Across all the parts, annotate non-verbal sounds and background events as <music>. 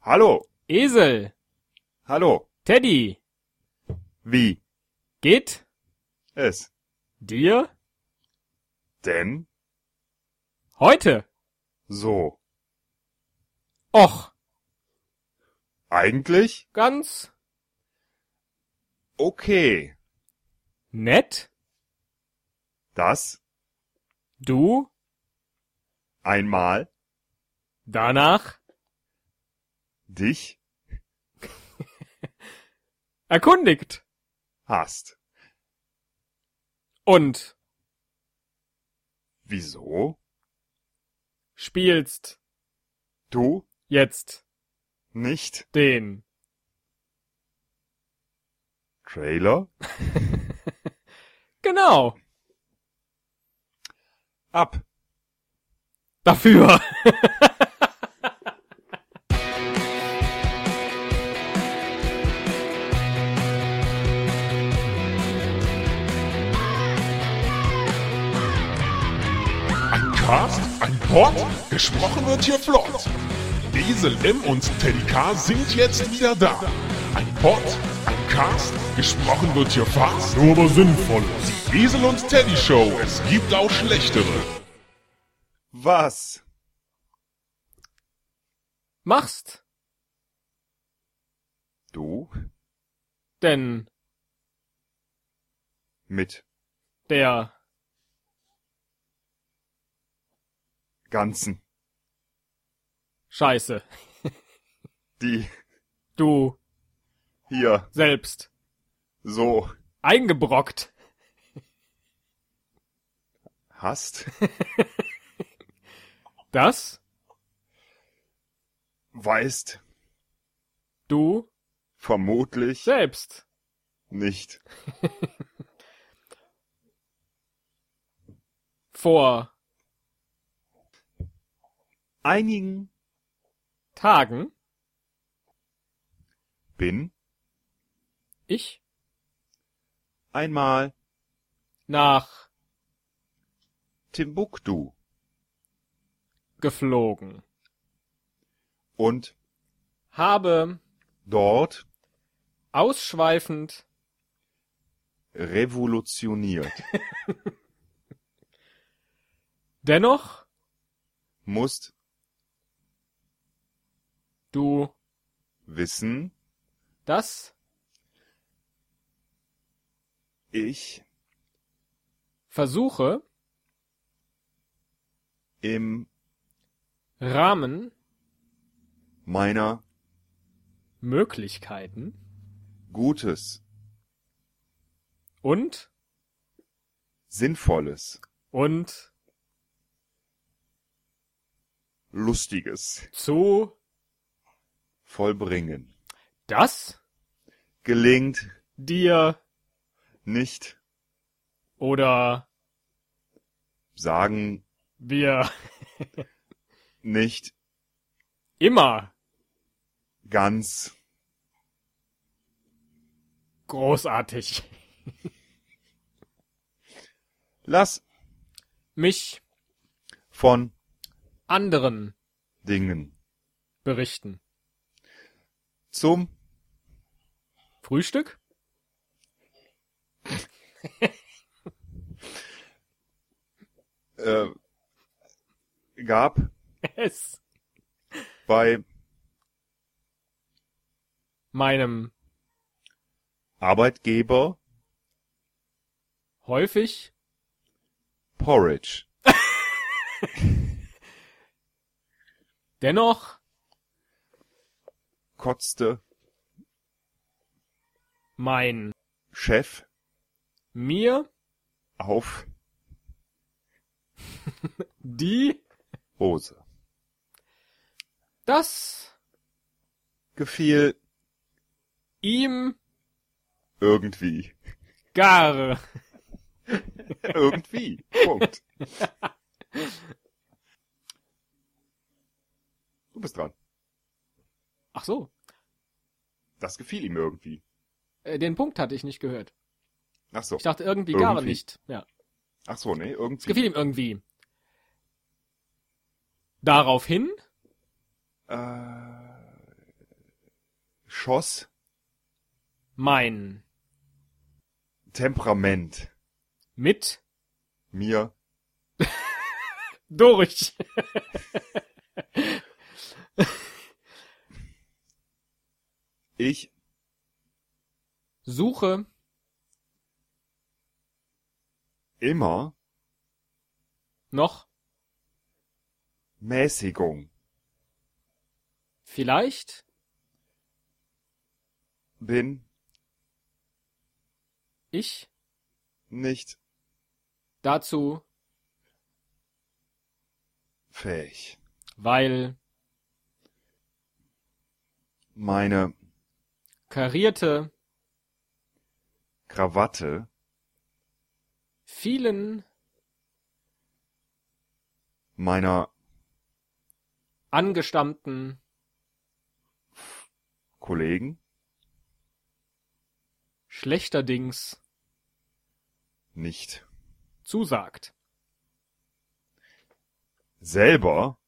Hallo, Esel, hallo, Teddy, wie geht es dir denn heute? so? Och, Eigentlich ganz okay, nett, dass du einmal danach dich erkundigt hast. und Wieso spielst du jetzt nicht den Trailer genau ab? dafür. <laughs> Ein Cast, ein Pod, gesprochen wird hier flott. Esel M und Teddy K sind jetzt wieder da. Ein Pod, ein Cast, gesprochen wird hier fast, nur aber sinnvoll. Die Esel und Teddy Show, es gibt auch schlechtere. Was Machst du denn mit der Ganzen, Scheiße. die Du hier selbst so eingebrockt. hast? Das Weißt du vermutlich selbst nicht. vor Einigen Tagen bin ich einmal nach Timbuktu geflogen und habe dort ausschweifend revolutioniert. dennoch Musst du wissen, das ich versuche im Rahmen meiner Möglichkeiten Gutes, und Sinnvolles, und Lustiges zu vollbringen. das Gelingt dir nicht, oder sagen wir nicht immer ganz großartig lass mich von anderen Dingen berichten. zum Frühstück? äh, gab Es bei meinem Arbeitgeber häufig Porridge dennoch kotzte mein Chef mir auf die Hose. das Gefiel ihm irgendwie. gar Irgendwie. Punkt. Du bist dran. Ach so, Das gefiel ihm irgendwie. äh, den Punkt hatte ich nicht gehört. Ach so. Ich dachte irgendwie, gar Irgendwie. nicht. Ja, Ach so, nee, es irgendwie. gefiel ihm irgendwie. Daraufhin Äh, schoss Mein. Temperament Mit. mir Durch. ich Suche. immer Noch. Mäßigung Vielleicht. bin Ich. nicht Dazu. fähig. Weil. Meine Karierte. Krawatte Vielen. meiner Angestammten. Kollegen Schlechterdings. nicht Zusagt. selber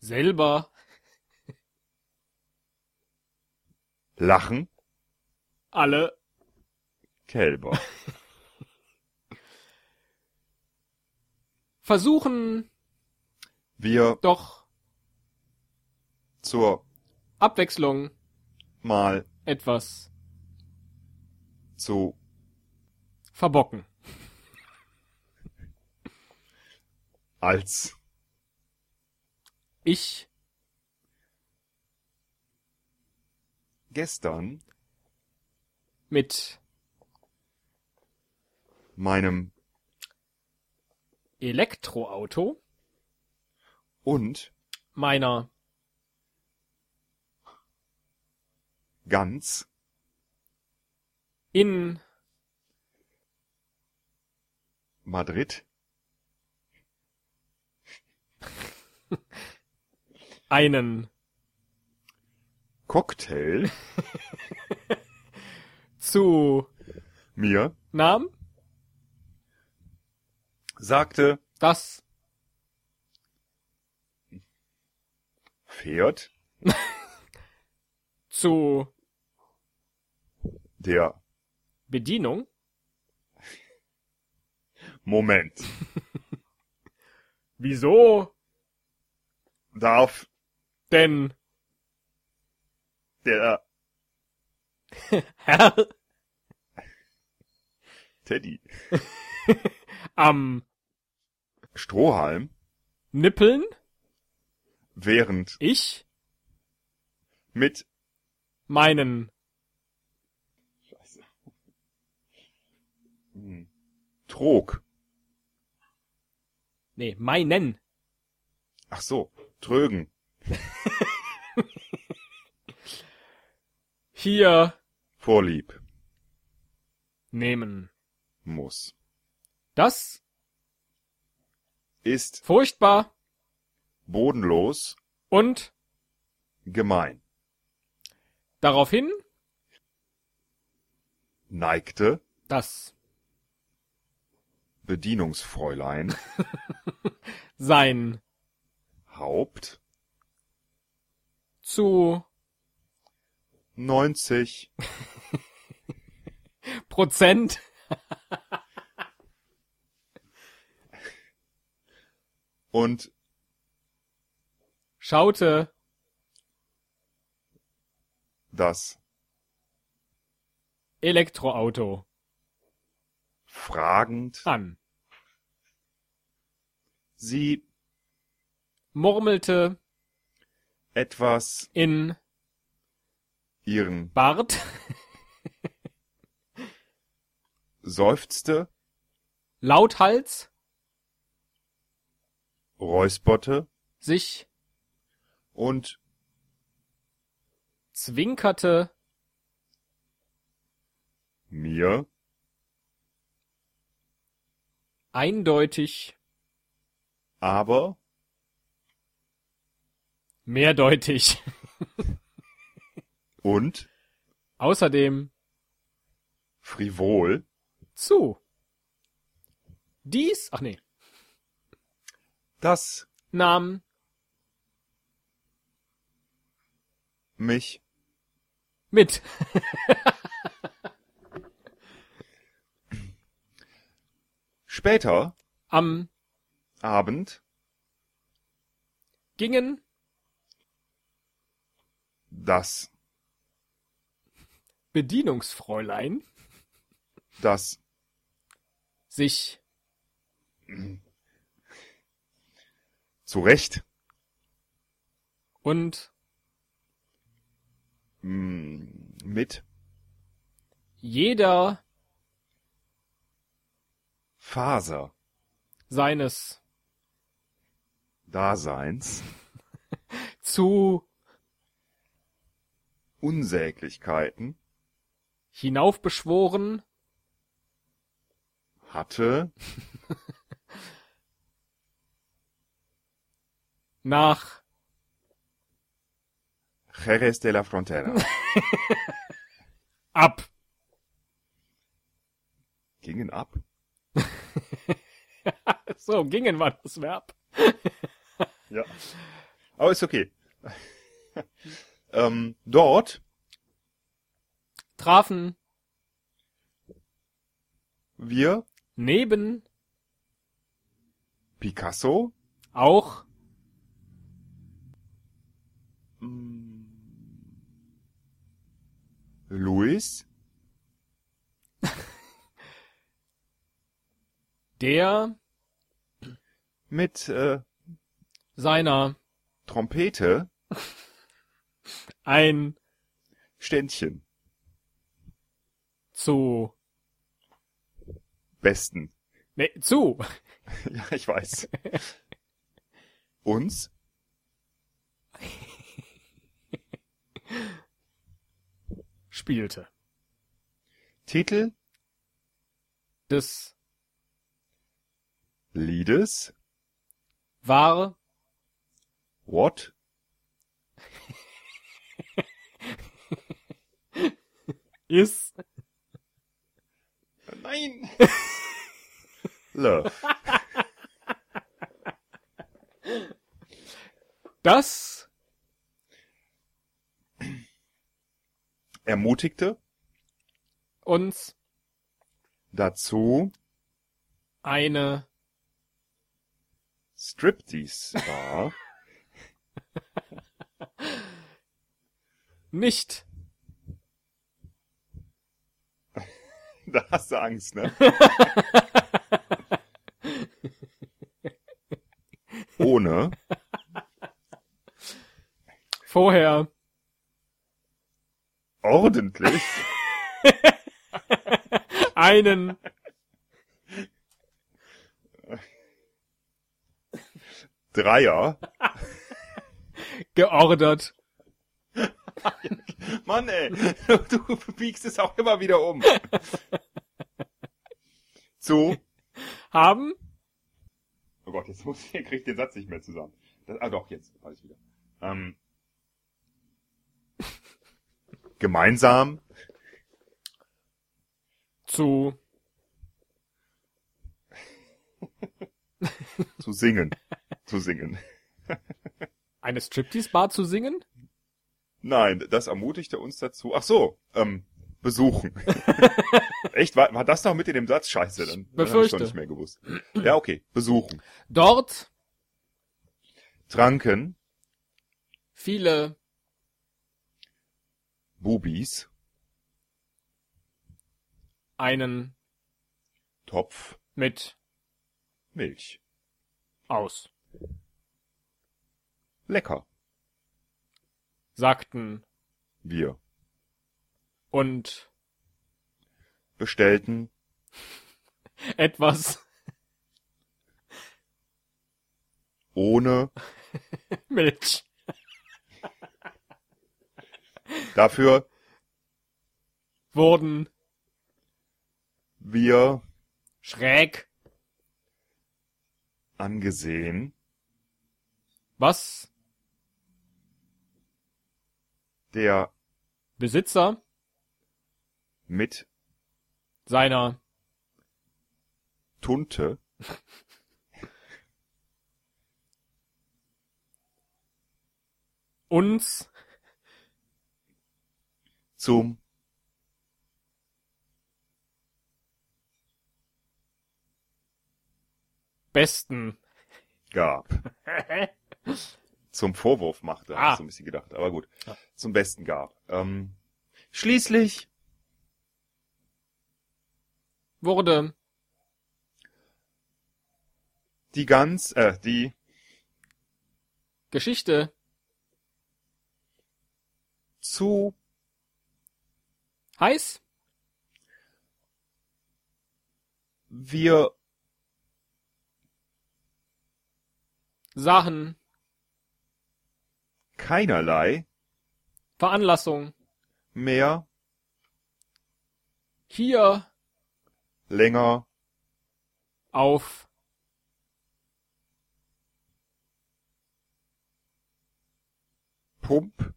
Selber. lachen Alle. Kälber Versuchen. wir Doch. zur Abwechslung. mal Etwas. zu Verbocken. als Ich. gestern Mit. meinem Elektroauto. und Meiner. ganz In. Madrid Einen. Cocktail Zu. mir Namen. sagte, Das. fährt Zu. der Bedienung. Moment, Wieso darf denn, der Herr, Teddy am Strohhalm Nippeln? während Ich mit meinen Scheiße. Hm. Trog. Nee, meinen. Ach so, Trögen. Hier Vorlieb nehmen. muss. Das Ist furchtbar bodenlos und gemein. daraufhin Neigte das Bedienungsfräulein sein Haupt zu 90 Prozent und schaute das Elektroauto fragend an, sie murmelte etwas in ihren Bart, <laughs> seufzte, lauthals räusperte sich und zwinkerte mir eindeutig, aber mehrdeutig. und Außerdem frivol zu. Dies, ach nee, das Namen mich, Mit. später, Am Abend, gingen das, Bedienungsfräulein das, sich zurecht, und mm, mit, jeder Faser, seines Daseins, zu Unsäglichkeiten, hinaufbeschworen hatte, nach Jerez de la Frontera, ab. <laughs> gingen ab, So, um gingen war das Verb. Ja. Aber ist okay. <laughs> ähm, dort Trafen wir neben Picasso, auch Hm. Louis, der mit äh, seiner Trompete, ein Ständchen, zu besten. <laughs> ne, zu <laughs> ja, ich weiß. Uns spielte Titel des Liedes war What ist <laughs> Nein. Love. das Ermutigte uns dazu eine Striptease war <laughs> nicht Da hast du Angst, ne? Ohne vorher ordentlich einen Dreier. geordert Mann, ey, <laughs> du biegst es auch immer wieder um. <laughs> Zu. haben. Oh Gott, jetzt muss ich, krieg ich den Satz nicht mehr zusammen. Das, ah doch, jetzt alles wieder. <laughs> Ähm, gemeinsam zu zu singen. Zu singen. eine Striptease-Bar zu singen? Nein, das ermutigte uns dazu. Ach so, ähm, besuchen. <laughs> Echt? War, war das noch mit in dem Satz? Scheiße, dann, dann hab ich Befürchte. schon nicht mehr gewusst. Ja, okay. Besuchen. Dort Tranken, viele Bubis, einen Topf, mit Milch. aus, Lecker. sagten Wir und bestellten etwas <laughs> ohne Milch dafür wurden wir schräg, angesehen, was der Besitzer mit seiner Tunte uns zum Besten. gab. Zum Vorwurf machte, Ah. hab ich so ein bisschen gedacht. Aber gut, zum Besten gab. Ähm, schließlich Wurde die ganz, äh, die Geschichte zu heiß? wir Sachen, keinerlei Veranlassung. mehr Hier länger auf Pump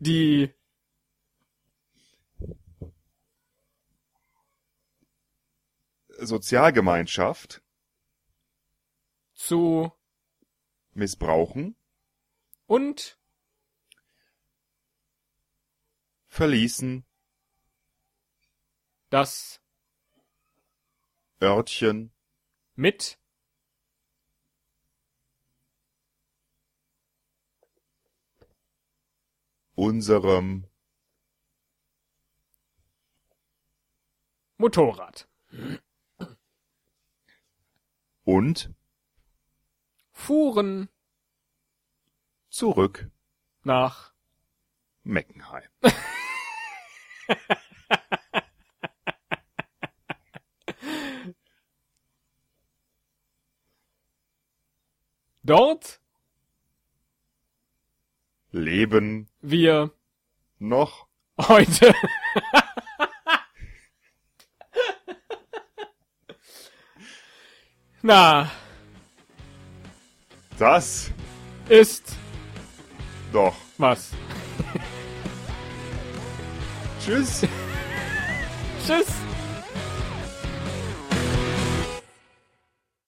die Sozialgemeinschaft zu missbrauchen und verließen das Örtchen mit unserem Motorrad. und Fuhren zurück nach Meckenheim. dort Leben wir noch heute <laughs> Na, das ist doch. was. Tschüss. Tschüss.